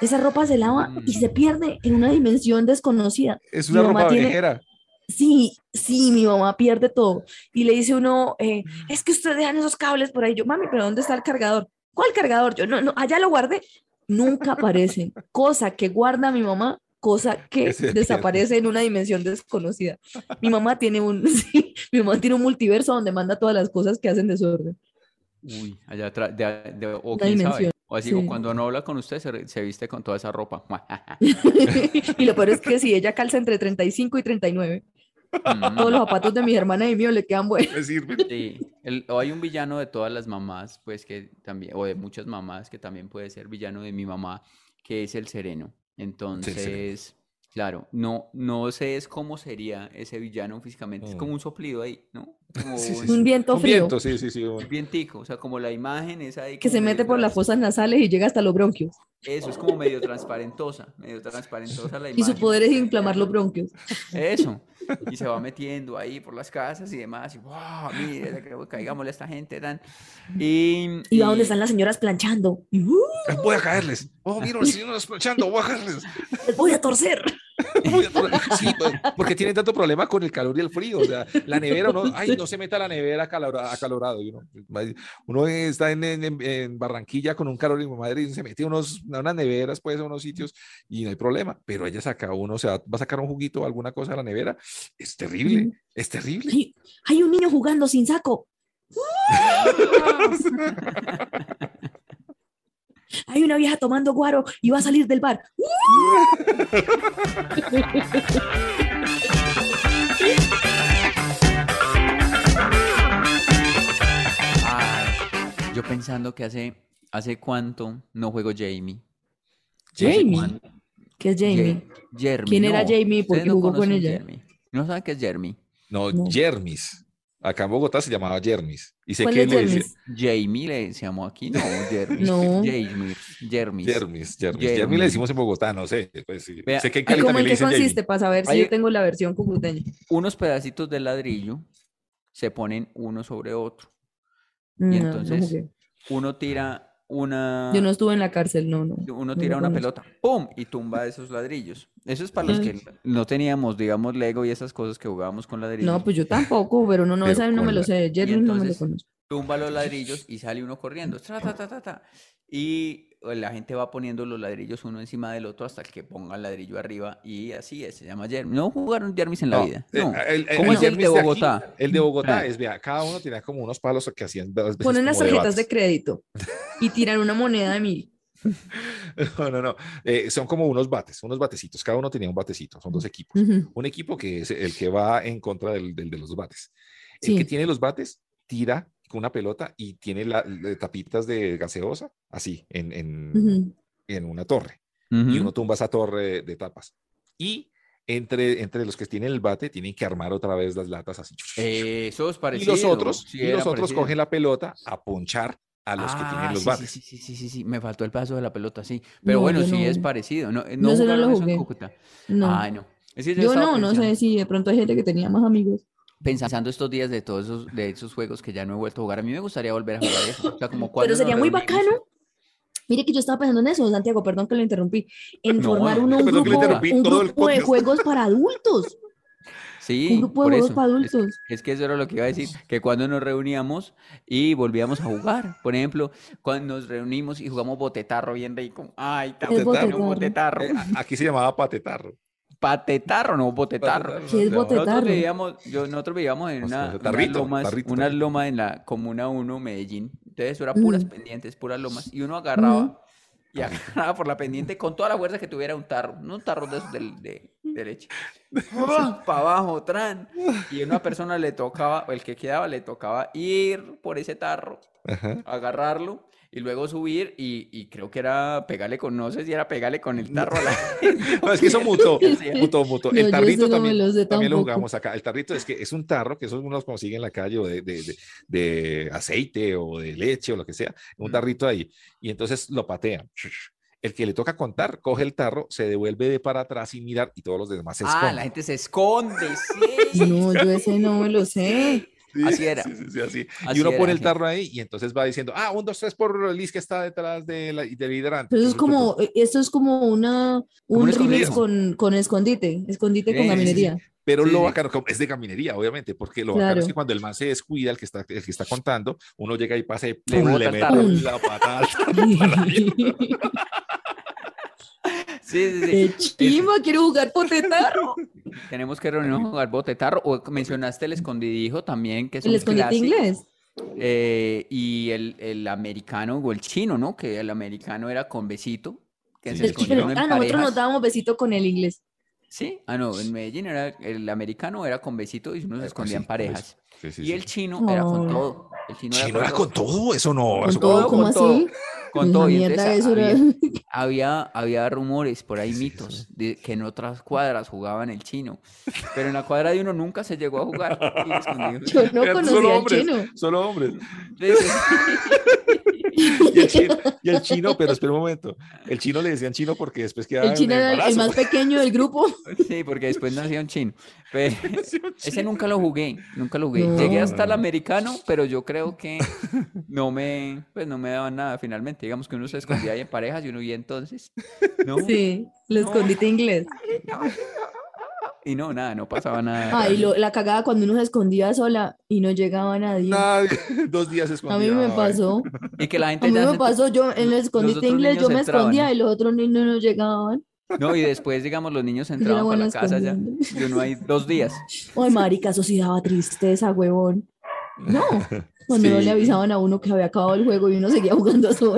D: Esa ropa se lava y
C: Mm.
D: se pierde en una dimensión desconocida.
C: es
D: mi
C: una
D: mamá
C: ropa
D: tiene-
C: viejera.
D: Sí, sí, mi mamá pierde todo. Y le dice uno, eh, es que ustedes dejan esos cables por ahí. Yo, mami, pero ¿dónde está el cargador? ¿Cuál cargador? Yo, no, no, allá lo guardé. Nunca aparecen. Cosa que guarda mi mamá, cosa que
C: Que se pierde.
D: desaparece en una dimensión desconocida. Mi mamá tiene un, sí, mi mamá tiene un multiverso donde manda todas las cosas que hacen desorden.
F: Uy, allá atrás. De, de- o quién
D: Una
F: sabe.
D: dimensión,
F: O así, o
D: sí.
F: cuando no habla con usted, se, re- se viste con toda esa ropa.
D: y lo peor es que si ella calza entre 35 y 39. Todos los zapatos de mis hermanas y mío le quedan buenos.
C: Me sirven.
F: Sí, el- o hay un villano de todas las mamás, pues que también, o de muchas mamás, que también puede ser villano de mi mamá, que es el sereno. Entonces, claro, no, no sé es cómo sería ese villano físicamente. Es como un soplido ahí, ¿no? Como
C: Mm. Sí, sí,
F: un
C: sí.
D: Un viento
C: Un
D: frío
C: viento, sí, sí, sí. un-
F: un vientico, o sea, como la imagen es ahí.
D: que
F: como
D: se
F: medio
D: mete por las
F: trans-
D: fosas nasales y llega hasta los bronquios.
F: Eso, es como medio transparentosa, medio transparentosa la
D: Y su
F: imagen.
D: poder es inflamar los bronquios.
F: Eso. Y se va metiendo ahí por las casas y demás. Y, wow, mire, caigámosle a esta gente. Tan... Y,
D: Y va donde están las señoras planchando. Y, ¡uh!
C: Voy a caerles. Oh, mira, si no planchando, voy a caerles.
D: les voy a torcer.
C: Voy a tra- Sí, po- porque tienen tanto problema con el calor y el frío. O sea, la nevera, no, ay, no se meta a la nevera acalora- acalorado. y Uno, uno está en, en- en Barranquilla con un calor y madre y se mete a unos, a unas neveras, pues, a unos sitios y no hay problema. Pero ella saca uno, o sea, va a sacar un juguito o alguna cosa de la nevera. Es terrible, es terrible.
D: Hay, hay un niño jugando sin saco. Hay una vieja tomando guaro y va a salir del bar. Uh,
F: Ay, yo pensando que hace, hace cuánto no juego Jamie. Hace
D: Jamie.
F: cuán-
D: ¿Qué es Jamie?
F: Ye- Jeremy,
D: ¿Quién era
F: no,
D: Jamie? ¿Por
F: ustedes
D: qué
F: no
D: jugó con
F: conocen
D: ella?
F: Jeremy. No saben qué es Jeremy.
C: No,
D: No.
C: Jermis. Acá en Bogotá se llamaba Jermis. Y sé
D: ¿Cuál
C: que
D: es
C: le decía-
D: Jermis?
F: Jamie le llamó aquí, no, Jeremy.
D: No.
F: Jamie, Jeremy.
C: Jermis, Jermis.
F: Jermis.
C: Jermis le decimos en Bogotá, no sé. pues, sí.
F: Vea,
C: sé que en
D: ¿Y
C: Cali
D: cómo
C: también
D: en
C: le
D: qué
C: dicen Jermis.
D: consiste? Para saber si
F: Hay-
D: yo tengo la versión cucuteña.
F: Unos pedacitos de ladrillo se ponen uno sobre otro.
D: Mm, No, no
F: entonces,
D: jugué.
F: Uno tira una...
D: yo no estuve en la cárcel, no, no.
F: Uno
D: no
F: tira
D: lo
F: una
D: conozco.
F: pelota, ¡pum! y tumba esos ladrillos. Eso es para los que no teníamos, digamos, Lego y esas cosas que jugábamos con ladrillos.
D: No, pues yo tampoco, pero no, no,
C: Pero
D: esa no
C: con
D: me lo
C: la-
D: sé. Jerry no me lo
F: entonces-
D: conozco.
F: Tumba los ladrillos y sale uno corriendo. tra, ta, ta, ta, ta. Y eh, la gente va poniendo los ladrillos uno encima del otro hasta que ponga el ladrillo arriba y así es, se llama Jeremy. No jugaron Jermis en la
C: No,
F: vida.
C: eh,
F: No.
C: el- el-
F: ¿Cómo
C: el
F: es el
C: Jermis
F: de
C: aquí,
F: Bogotá?
C: el de Bogotá
F: Ah.
C: es, vea, cada uno tenía como unos palos que hacían.
D: Ponen las tarjetas de crédito y tiran una moneda de mil.
C: crédito. No, no, no. eh, son como unos bates, unos batecitos. Cada uno tenía un batecito. Son dos equipos.
D: Ujú.
C: Un equipo que es el que va en contra del, del de los bates. El
D: Sí.
C: que tiene los bates tira con una pelota y tiene la, de tapitas de gaseosa, así, en, en,
D: Ujú.
C: en una torre. y uno
F: Ujú.
C: tumba esa torre de tapas. Y entre, entre los que tienen el bate tienen que armar otra vez las latas así.
F: Eso es
C: y
F: parecido.
C: los otros,
F: sí,
C: y
F: era
C: los otros
F: parecido.
C: cogen la pelota a ponchar a los que
F: Ah,
C: tienen los
F: sí, sí,
C: bates.
F: Sí, sí, sí, sí, sí, me faltó el paso de la pelota, sí. Pero
D: No,
F: bueno,
D: yo
F: sí es
D: no.
F: parecido. No, no,
D: No, ese no
F: jugaron
D: lo
F: eso en
D: jugué.
F: Cúcuta.
D: No.
F: Ay, no. Es que
D: yo
F: estaba
D: no, no sé
F: pensando-
D: si de pronto hay gente que tenía más amigos.
F: pensando estos días de todos esos, de esos juegos que ya no he vuelto a jugar, a mí me gustaría volver a jugar eso. O sea, como cuando
D: Pero
F: nos
D: sería muy
F: reunimos-
D: bacano. Mire que yo estaba pensando en eso, Santiago, perdón que lo interrumpí. En
F: No,
D: formar uno un
C: perdón que lo
D: grupo,
C: interrumpí,
D: un
C: todo el
D: grupo de
C: podcast.
D: juegos para adultos.
F: Sí,
D: Un grupo de
F: por
D: juegos
F: eso.
D: para
F: Es-
D: adultos.
F: Es, que eso era lo que iba a decir, que cuando nos reuníamos y volvíamos a jugar. Por ejemplo, cuando nos reunimos y jugamos botetarro bien rico. Ay, tan
D: ¿Qué es
F: bueno
D: botetarro?
F: botetarro.
C: Eh, a- aquí se llamaba patetarro.
F: Patetarro, no botetarro.
C: Patetarro,
D: ¿Qué es
C: se llamaba.
D: botetarro?
F: Nosotros vivíamos, yo, nosotros vivíamos en
C: O sea,
F: una, unas
C: tarrito,
F: lomas,
C: tarrito,
F: unas
C: tarrito.
F: lomas en la Comuna 1, Medellín. Entonces eso era puras
D: Ujú.
F: pendientes, puras lomas. Y uno agarraba y agarraba por la pendiente con toda la fuerza que tuviera un tarro, no un tarro de esos del- de, de leche. Para abajo, tran. Y una persona le tocaba, o el que quedaba le tocaba ir por ese tarro,
C: Ajá.
F: agarrarlo. Y luego subir y, y creo que era pegarle con, no sé si era pegarle con el tarro a la gente.
C: No, es que eso mutó, mutó, mutó.
D: No, yo
C: El
D: eso
C: tarrito
D: no me
C: también,
D: lo sé
C: también lo
D: tampoco.
C: jugamos acá. El tarrito es que es un tarro, que eso uno los consigue en la calle o de, de- de- de aceite o de leche o lo que sea, un
F: Mm.
C: tarrito ahí. Y entonces lo patean. El que le toca contar, coge el tarro, se devuelve de para atrás y mirar y todos los demás se
F: Ah,
C: esconden.
F: la gente se esconde, sí.
D: No, yo ese no me lo sé.
C: Sí,
F: así era.
C: sí, sí, sí, así.
F: Así
C: Y uno
F: era,
C: pone el
F: así.
C: tarro ahí y entonces va diciendo, ah, un, dos, tres por Liz que está detrás de la, del liderante.
D: Pero eso es como, esto es como una,
F: Como
D: un
F: un
D: remix
F: escondite.
D: con, con escondite, escondite con
F: Sí, sí, sí,
D: gaminería.
C: Pero
F: Sí,
C: lo
F: sí.
C: bacano, como- es de caminería, obviamente, porque lo bacano es que
D: Claro.
C: cuando el man se descuida, el que está, el que está contando, uno llega y pasa y
F: Le
C: ¡pum!
F: bota
C: le
F: el
C: mete
F: tarro.
C: la patada.
F: Sí, sí, sí.
D: ¡Qué chimba! Quiero jugar por tarro.
F: Tenemos que reunirnos a jugar botetarro. O mencionaste el escondidijo también, que es
D: El
F: un
D: escondite
F: clásico,
D: inglés.
F: eh, y el, el americano o el chino, ¿no? Que el americano era con besito. Que
C: Sí.
F: se
C: El
D: El
F: escondía
D: chino.
F: uno en
D: Ah, nosotros nos
F: parejas.
D: dábamos besito con el inglés.
F: Sí, ah, no, en Medellín era el americano era con besito y unos se escondían parejas.
C: Sí, pues, sí,
F: y
C: sí.
F: el chino era con
D: Oh.
F: todo. El chino,
C: ¿Chino era con todo? Eso no.
D: Con
C: eso-
D: todo,
F: con
D: ¿cómo
F: todo,
D: así?
F: Con
D: Una
F: todo. Y
D: mierda
F: entonces
D: eso era-
F: había, había, había rumores, por ahí mitos, de que en otras cuadras jugaban el chino. Pero en la cuadra de uno nunca se llegó a jugar. y le escondían.
D: Yo no
C: Eran
D: conocía al chino.
C: Solo hombres.
F: Entonces,
C: Y el, chino, y el chino, pero espera un momento. El chino le decían chino porque después quedaba
D: El chino
C: en
D: era el- el
C: embarazo.
D: más pequeño del grupo.
F: Sí, porque después nació un chino. Pe- Ese nunca lo jugué, nunca lo jugué.
D: No.
F: Llegué hasta el americano, pero yo creo que no me, pues no me daban nada finalmente. Digamos que uno se escondía ahí en parejas y uno y entonces. No,
D: Sí, lo escondite inglés.
F: y no, nada, no pasaba nada.
D: Ay, Ah, lo- la cagada cuando uno se escondía sola y no llegaba nadie.
C: Nadie- dos días
D: A
C: escondido.
D: mí me
C: Ay.
D: pasó.
F: Y que la gente
D: A mí
F: ya
D: me
F: se-
D: pasó, yo en el
F: los
D: escondite
F: otros
D: inglés
F: niños
D: yo me
F: entraban,
D: escondía
F: ¿no?
D: y los otros niños no llegaban.
F: No, y después, digamos, los niños
D: era
F: entraban para
D: buena
F: la casa ya.
D: escondiendo.
F: Y uno ahí dos días.
D: Ay, marica, eso sí daba tristeza, huevón. No, cuando no
C: Sí.
D: le avisaban a uno que había acabado el juego y uno seguía jugando solo.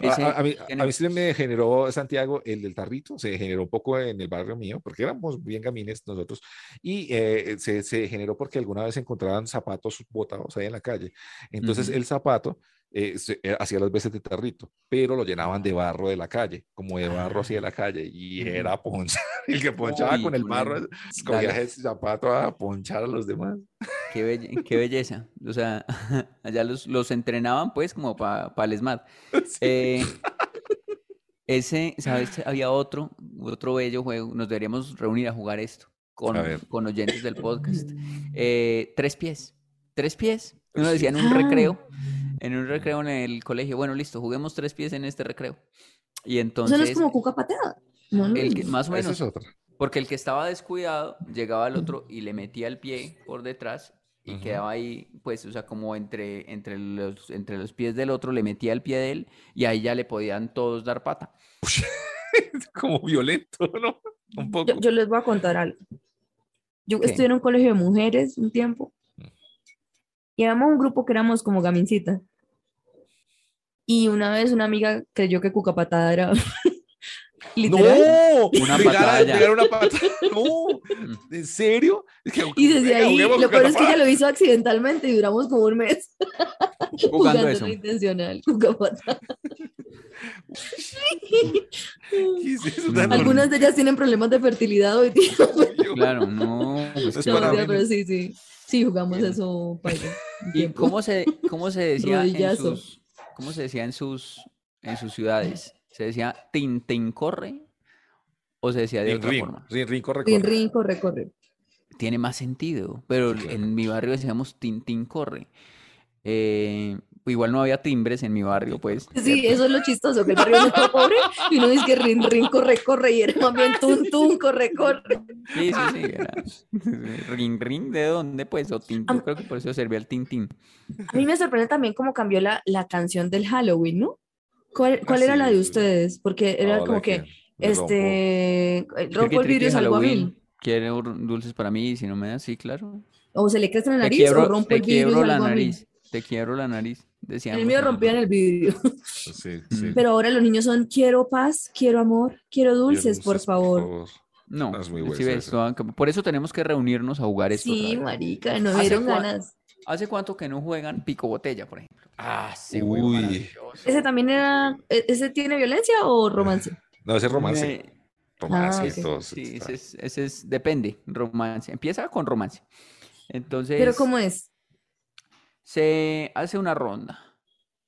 C: A,
F: Ese-
C: a- a mí, a-
F: tiene-
C: a mí se me generó, Santiago, el del tarrito, se generó un poco en el barrio mío, porque éramos bien gamines nosotros, y eh, se, se generó porque alguna vez encontraban zapatos botados ahí en la calle. Entonces
F: Ujú.
C: el zapato eh, se- eh, hacía las veces de tarrito, pero lo llenaban de barro de la calle, como de barro hacia la calle, y
F: Ah. Ujú.
C: era ponchar. El que ponchaba
F: Uy,
C: con el
F: con
C: barro,
F: el-
C: cogía
F: dale.
C: ese zapato a ponchar a los demás.
F: Qué, belle- qué belleza. O sea, allá los, los entrenaban pues como para el SMAT. Eh, ese, ¿sabes? Había otro, otro bello juego. Nos deberíamos reunir a jugar esto con,
C: A ver.
F: con oyentes del podcast.
D: Mm.
F: Eh, tres pies. Tres pies. Uno
C: Tres
F: decía en un
D: pies. Ah.
F: recreo, en un recreo en el colegio. Bueno, listo, juguemos tres pies en este recreo. Y
D: Eso
F: entonces,
D: no es como cuca pateada. No, no.
F: el que- más o
C: Esa
F: menos,
C: es otra.
F: porque el que estaba descuidado llegaba al otro y le metía el pie por detrás y
C: Ujú.
F: quedaba ahí, pues, o sea, como entre, entre, los, entre los pies del otro, le metía el pie de él y ahí ya le podían todos dar pata.
C: Como violento, ¿no? Un poco.
D: Yo, yo les voy a contar algo. Yo
F: ¿Qué?
D: estuve en un colegio de mujeres un tiempo y éramos un grupo que éramos como gamincitas. Y una vez una amiga creyó que Cuca Patada era literal
C: ¡No!
F: Una
C: Pegar a-
F: patada ya.
C: pegar una patada. Mm. No, ¿en serio? Es que-
D: y desde
C: venga,
D: ahí
C: juguemos
D: lo
C: con
D: peor es que
C: patada.
D: ella lo hizo accidentalmente y duramos como un mes
F: Jugando
D: jugando
F: eso.
D: no intencional Cuca Patada.
C: ¿Qué es eso tan
F: Mm.
C: horrible?
D: Algunas de ellas tienen problemas de fertilidad hoy día.
F: Claro, no. pues,
C: es
D: No,
C: para
F: claro.
D: mentira,
C: mí.
D: pero sí, sí. Sí, jugamos eso. paila, un
F: ¿Y
D: tiempo.
F: cómo se, cómo se decía en
D: Rodillazo.
F: sus, cómo se decía en sus, en sus ciudades? ¿Se decía Tintín corre? ¿O se decía de
C: Rin,
F: otra
C: rin,
F: forma?
C: rin, rin, corre,
D: Rin,
C: corre.
D: rin, corre, corre.
F: Tiene más sentido, pero
C: claro.
F: en mi barrio decíamos Tintín corre. Eh, igual no había timbres en mi barrio, pues.
D: Sí, eso es lo chistoso, que el barrio no estaba pobre y uno dice que rin, rin, corre, corre y era más bien tun, tun, corre, corre.
F: Sí, sí, sí. era- Ring, ring, ¿de dónde? Pues, o tin, yo
D: Am-
F: creo que por eso servía el tintín.
D: A mí me sorprende también cómo cambió la, la canción del Halloween, ¿no? ¿Cuál, cuál
C: Ah,
D: era la de
C: sí.
D: ustedes? Porque era
C: Ahora
D: como que,
C: le
D: este,
F: Triqui,
D: rompo el vidrio
F: triqui,
D: y salgo a mil.
F: Halloween. Quiero un- dulces para mí, y si no me das, sí, claro.
D: O se le crece la
F: Te
D: nariz
F: quiebro,
D: o rompo
F: te
D: el vidrio y
F: quiebro la
D: salgo a mil.
F: nariz. Te quiebro la nariz.
D: En
F: Decíamos.
D: el mío rompían el vidrio.
C: rompo. Sí, sí.
D: Pero ahora los niños son quiero paz, quiero amor, quiero dulces, por favor.
F: No,
C: No, es muy
F: sí
C: bueno,
F: ves,
C: sí.
F: toda- por eso tenemos que reunirnos a jugar esto.
D: Sí,
F: otra vez.
D: marica, no
F: ¿Hace
D: me dieron
F: cuán-
D: ganas.
F: ¿Hace cuánto que no juegan pico botella, por ejemplo? Ah, sí,
C: Uy.
F: huevo, maravilloso.
D: ¿Ese también era, e- ese tiene violencia o romance?
C: No, ese es romance.
F: Me-
C: Romance,
D: Ah,
C: y
D: ok.
C: todo,
F: Sí,
C: está-
F: ese es, ese es- depende, romance. Empieza con romance. Entonces,
D: Pero ¿cómo es?
F: se hace una ronda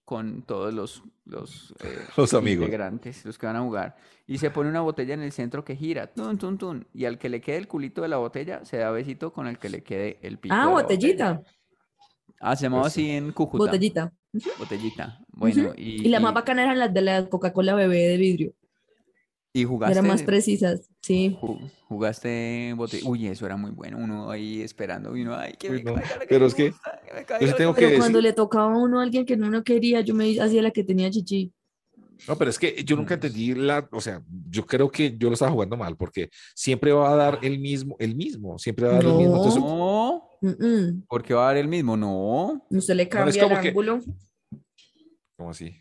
F: con todos los, los, eh,
C: Los amigos.
F: integrantes, los que van a jugar, y se pone una botella en el centro que gira, tun, tun, tun, y al que le quede el culito de la botella, se da besito con el que le quede el pico.
D: Ah,
F: de la
D: botellita,
F: botella. Ah, se llamaba
C: Eso.
F: así en Cúcuta.
D: botellita.
F: Botellita. Bueno, y,
D: Y las
F: y-
D: más bacanas eran las de la Coca-Cola bebé de vidrio.
F: y jugaste.
D: Eran más precisas, sí.
F: ju- Jugaste botella. Uy, eso era muy bueno. Uno ahí esperando. Y uno, ay, que
C: Uy,
F: me
C: no,
F: caiga la que
C: pero
F: me
C: es que
F: gusta, que me caiga
C: sí
F: la
C: tengo
F: me
C: que
D: Pero
C: decir-
D: cuando le tocaba a uno a alguien que uno no quería, yo me hacía la que tenía chichi.
C: No, pero es que yo nunca entendí la, o sea, yo creo que yo lo estaba jugando mal porque siempre va a dar el mismo, el mismo, siempre va a dar el mismo.
D: No.
C: Entonces,
F: No,
D: Mm-mm.
F: porque va a dar el mismo. No,
D: Usted le
C: No, es
D: cambia
C: como
D: el
C: que-
D: ángulo.
C: ¿cómo así?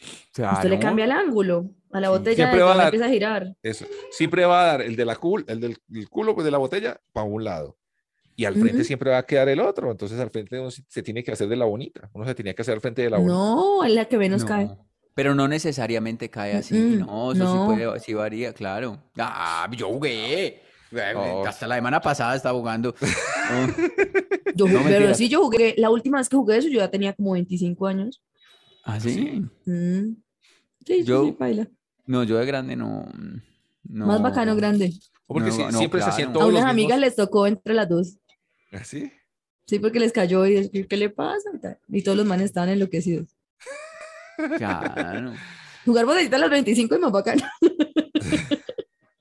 D: Usted le
F: claro.
D: cambia el ángulo. A la
F: Ah, Sí.
D: botella
C: Siempre
D: de
C: va a
D: que
C: dar-
D: empieza a girar.
C: Eso. Siempre va a dar el, de la cul- el del el culo pues, de la botella para un lado. Y al frente
D: Ujú.
C: siempre va a quedar el otro. Entonces al frente uno se se tiene que hacer de la bonita. Uno se tenía que hacer al frente de la bonita.
D: No, es la que menos cae.
F: No, Pero no necesariamente cae así.
D: Mm-mm,
F: no, eso sí,
D: no.
F: puede, sí varía, claro. Ah, yo jugué. Eh, Hasta la semana pasada estaba jugando. Oh.
D: Yo
F: No,
D: jugué- pero
F: mentira.
D: sí, yo jugué. La última vez que jugué eso, yo ya tenía como 25 años.
F: ¿Ah, sí?
D: Mm. Sí,
F: Yo-
D: yo, sí, baila.
F: No, yo de grande no. no.
D: Más bacano, grande.
C: O Porque
F: No,
C: si-
F: no,
C: siempre se hacían
F: claro.
D: A
C: todos los
D: unas amigas
C: mismos- ¿Ah,
D: les tocó entre las dos.
C: ¿Así?
D: Sí, porque les cayó y es que, ¿qué le pasa? Y, tal. Y todos los manes estaban enloquecidos.
F: Claro.
D: Jugar botellita a las 25 es más bacano.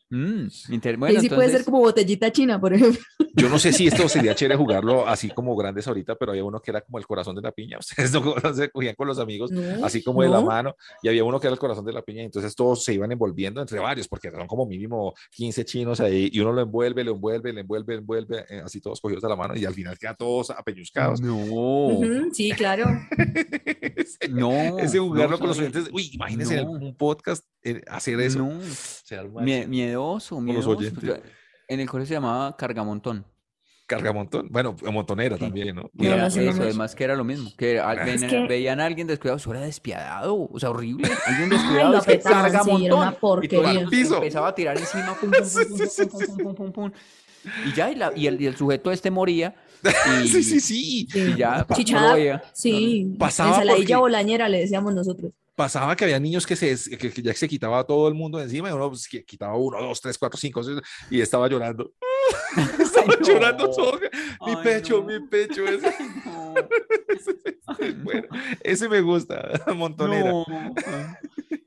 F: Mm, inter-
D: Ahí
F: bueno,
D: sí puede ser
F: entonces-
D: como botellita china, por ejemplo.
C: Yo no sé si esto sería chévere jugarlo así como grandes ahorita, pero había uno que era como el corazón de la piña. Ustedes no, no se cogían con los amigos
D: No,
C: así como de la
D: no.
C: mano y había uno que era el corazón de la piña y entonces todos se iban envolviendo entre varios porque son como mínimo 15 chinos ahí y uno lo envuelve, lo envuelve, lo envuelve, lo envuelve, eh, así todos cogidos de la mano y al final quedan todos
F: Mm.
C: apelluzcados.
F: No,
D: Ujú, sí, claro.
C: ese,
F: no.
C: ese jugarlo
F: no
C: con los
F: sabía.
C: oyentes, uy, imagínense en el-
F: No.
C: un podcast eh, hacer eso.
F: No.
C: Se arma
F: Mie-
C: el
F: miedoso,
C: los
F: miedoso.
C: oyentes.
F: Yo- En el colegio se llamaba cargamontón.
C: cargamontón, bueno, montonera
F: Sí.
C: también, ¿no?
F: que
D: No,
F: era
D: no sé, no
F: eso,
D: me-
F: además que era lo mismo. Que al-
C: Es
F: ven-
D: que-
F: veían a alguien descuidado, eso era despiadado, o sea, horrible. Alguien
D: Ay,
F: descuidado
D: lo
F: es que
D: apretaban,
F: carga
D: sí, era
F: montón.
D: una
F: Y todo el
D: porquería.
F: mundo se
C: Piso.
F: empezaba a tirar encima, pum, pum, pum, pum, pum, pum, pum, pum, pum, pum. Y ya, y, la- y el, y el sujeto este moría. Y,
C: Sí, sí, sí.
D: Sí.
F: y ya, pues, no
D: Chichada,
F: lo veía.
D: sí.
C: Pasaba
D: Ensaladilla
C: porque-
D: bolañera le decíamos nosotros.
C: pasaba que había niños que, se, des- que, que ya se quitaba a todo el mundo de encima, y uno pues, que quitaba uno, dos, tres, cuatro, cinco, seis, y estaba llorando. estaba
F: no.
C: llorando todo. Mi
F: Ay,
C: pecho,
F: no.
C: mi pecho. Ese,
F: Ay, no.
C: bueno, ese me gusta, montonera.
F: No.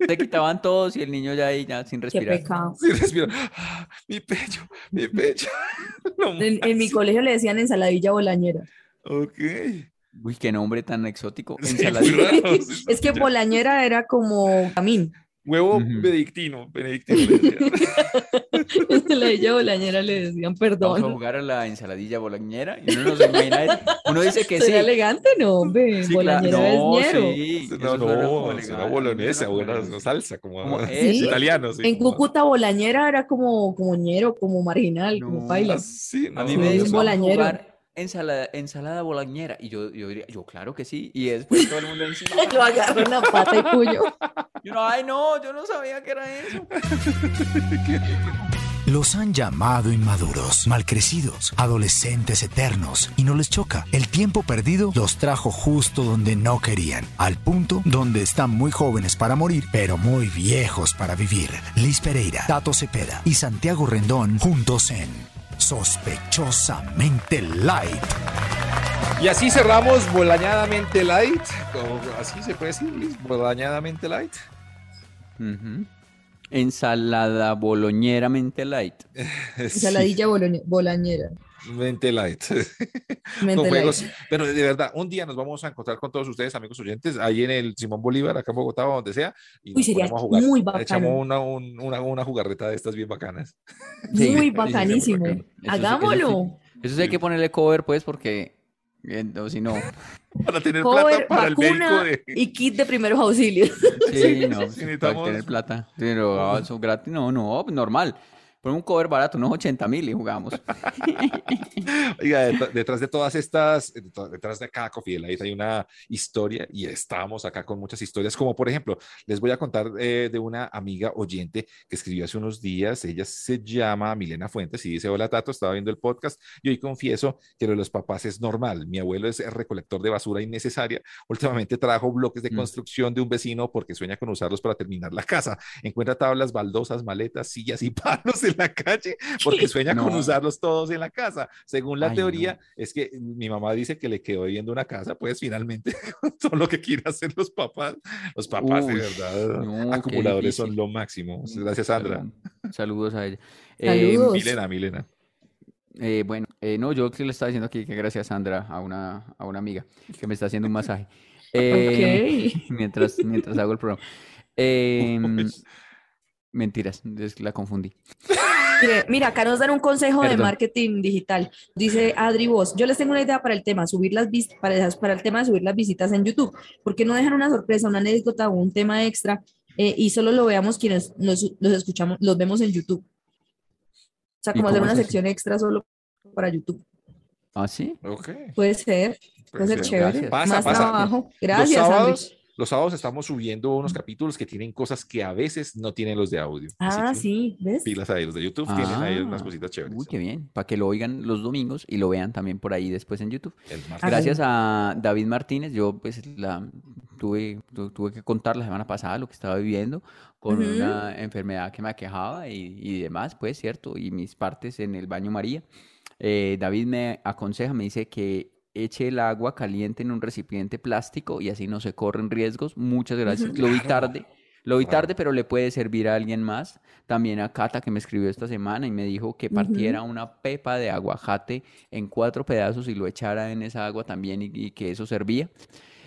F: Se quitaban todos y el niño ya ahí, ya sin
D: Qué
F: respirar.
D: pecado.
C: Sí, respiro. Ah, mi pecho, mi pecho. Lo
D: En, en mi
C: máximo.
D: colegio le decían ensaladilla bolañera.
C: Ok.
F: Uy, qué nombre tan exótico.
C: Sí,
F: Ensaladilla.
C: muy raro, Ah, sí,
D: Es que
C: ya.
D: bolañera era como camín.
C: Huevo
F: Ujú.
C: benedictino, benedictino. le decía.
D: Ensaladilla bolañera le decían,
F: Vamos a
D: perdón.
F: jugar a la ensaladilla boloñera y uno no se imagina. Uno dice que sí.
D: ¿Será elegante? No, hombre.
F: Sí, claro.
D: bolañera
F: No,
D: es ñero.
F: sí,
C: No,
F: eso suena como
C: no, es una
F: elegante,
C: bolonesa,
F: suena como
C: una
F: elegante.
C: salsa, como,
F: Como
D: eso.
C: italiano. sí,
D: En
C: como-
D: Cúcuta, bolañera era como, como ñero, como marginal,
F: No,
D: como paila.
C: Ah, Sí, no,
F: A mí
D: Sí,
F: me
D: es
F: dicen
C: no,
D: bola-
F: "Vamos a
D: bolañero".
F: jugar ensalada, ensalada bolañera. Y yo, yo diría, yo claro que sí. Y después todo el mundo encima.
D: Lo agarraron a pata y puño.
F: Y uno, ay no, yo no sabía que era eso.
G: Los han llamado inmaduros, malcrecidos, adolescentes eternos, y no les choca. El tiempo perdido los trajo justo donde no querían, al punto donde están muy jóvenes para morir, pero muy viejos para vivir. Liz Pereira, Tato Cepeda y Santiago Rendón juntos en Sospechosamente Light.
C: Y así cerramos Bolañadamente Light. o así se puede decir, Luis, Bolañadamente Light.
F: Ujú. Ensalada boloñeramente light.
D: Ensaladilla boloñe- bolañera.
C: Sí, mente Light.
D: Mente
C: Con
D: light.
C: juegos. Pero de verdad, un día nos vamos a encontrar con todos ustedes, amigos oyentes, ahí en el Simón Bolívar, acá en Bogotá o donde sea. Y
D: Uy,
C: nos
D: sería
C: ponemos a jugar.
D: muy bacano.
C: Echamos una, un- una, una jugarreta de estas bien bacanas.
F: Sí,
D: Muy
F: sí,
D: bacanísimo.
C: sí, sí,
F: sí.
D: Hagámoslo.
F: Eso sí hay que ponerle cover, pues, porque eh, no, si no.
C: Para tener plata
D: Cover,
C: para el médico
D: vacuna
C: de.
D: y kit de primeros auxilios.
F: Sí, no,
C: sí,
F: sí, para
C: necesitamos-
F: tener plata. Pero ah, eso gratis, no, no, pues, normal. Pon un cover barato, unos 80 mil y jugamos.
C: Oiga, det- detrás de todas estas, de to- detrás de cada Coffee Delight hay una historia y estábamos acá con muchas historias, como por ejemplo, les voy a contar eh, de una amiga oyente que escribió hace unos días, ella se llama Milena Fuentes y dice, hola Tato, estaba viendo el podcast y hoy confieso que lo de los papás es normal, mi abuelo es el recolector de basura innecesaria, últimamente trajo bloques de
F: Mm.
C: construcción de un vecino porque sueña con usarlos para terminar la casa, encuentra tablas, baldosas, maletas, sillas y palos en la calle porque sueña con
F: No.
C: usarlos todos en la casa. Según la
F: Ay,
C: teoría,
F: no.
C: es que mi mamá dice que le quedó viendo una casa, pues finalmente con todo lo que quieren hacer los papás, los papás de
F: Uy,
C: verdad,
F: no, qué
C: acumuladores son
F: difícil. Mm,
C: lo máximo. Gracias, Sandra.
F: Salud- Saludos a ella. Eh,
D: Saludos.
C: Milena, Milena.
F: eh, bueno, eh, no, yo que le estaba diciendo aquí que gracias, Sandra, a una, a una amiga que me está haciendo un masaje. Eh, mientras, mientras hago el programa. Eh, mentiras, es que la confundí.
D: Mire, Mira, acá nos dan un consejo de
F: Perdón.
D: marketing digital. Dice Adri Vos, yo les tengo una idea para el tema, subir las vis- para, para el tema de subir las visitas en YouTube. ¿Por qué no dejan una sorpresa, una anécdota o un tema extra eh, y solo lo veamos quienes nos- los escuchamos, los vemos en YouTube. O sea,
F: ¿Y
D: como hacer
F: cómo
D: una
F: es eso?
D: sección extra solo para YouTube.
F: ¿Ah, sí?
C: Ok.
D: Puede ser, puede ser chévere.
F: Pues, gracias.
C: Pasa,
D: Más
C: pasa.
D: trabajo. Gracias,
C: los,
D: Andy.
C: sábados, los sábados estamos subiendo unos capítulos que tienen cosas que a veces no tienen los de audio. Así
D: Ah,
C: que
D: sí, ¿ves?
C: Pilas ahí, los de YouTube tienen ahí
F: Ah.
C: unas cositas chéveres.
F: Uy, qué bien. Para que lo oigan los domingos y lo vean también por ahí después en YouTube.
C: El martes.
D: Ah,
F: Gracias a David Martínez, yo pues la tuve, tu- tuve que contar la semana pasada lo que estaba viviendo con
D: Ujú.
F: una enfermedad que me aquejaba y, y demás, pues cierto, y mis partes en el baño María. Eh, David me aconseja, me dice que eche el agua caliente en un recipiente plástico y así no se corren riesgos. Muchas gracias. Lo vi tarde, lo vi
C: Claro.
F: tarde, pero le puede servir a alguien más. También a Cata que me escribió esta semana y me dijo que partiera una pepa de aguacate en cuatro pedazos y lo echara en esa agua también y, y que eso servía.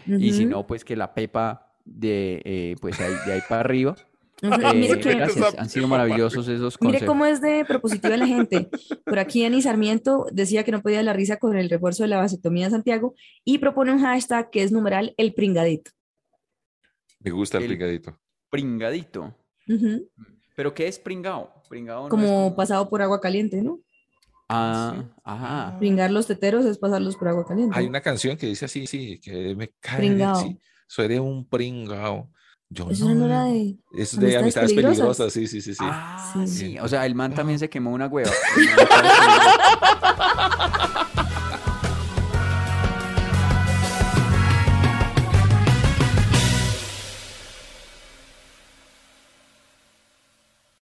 F: Y si
D: Ujú.
F: no, pues que la pepa de, eh, pues ahí, de ahí para arriba.
D: Ujú, mire
F: Eh,
D: que-
F: gracias, han sido maravillosos esos
D: Mire
F: consejos.
D: cómo es de propositiva la gente. Por aquí Ani Sarmiento decía que no podía la risa con el refuerzo de la vasectomía en Santiago y propone un hashtag que es numeral el pringadito.
C: Me gusta el,
F: el-
C: pringadito.
F: Pringadito.
D: Ujú,
F: ¿Pero qué es pringao? Pringao no es
D: Como pasado por agua caliente, ¿no?
F: Ah, ajá.
D: Pringar los teteros es pasarlos por agua caliente.
C: Hay una canción que dice así, sí, que me cae.
D: Pringao.
C: Sí, soy de un pringao. Yo
D: Eso no era
C: me-
D: de...
C: Es de
D: Amistades
C: amistades peligrosas.
D: Peligrosas.
C: sí, sí, sí, sí.
F: Ah,
D: Sí. Ah.
F: sí. O sea, el man también se quemó una hueva. El man estaba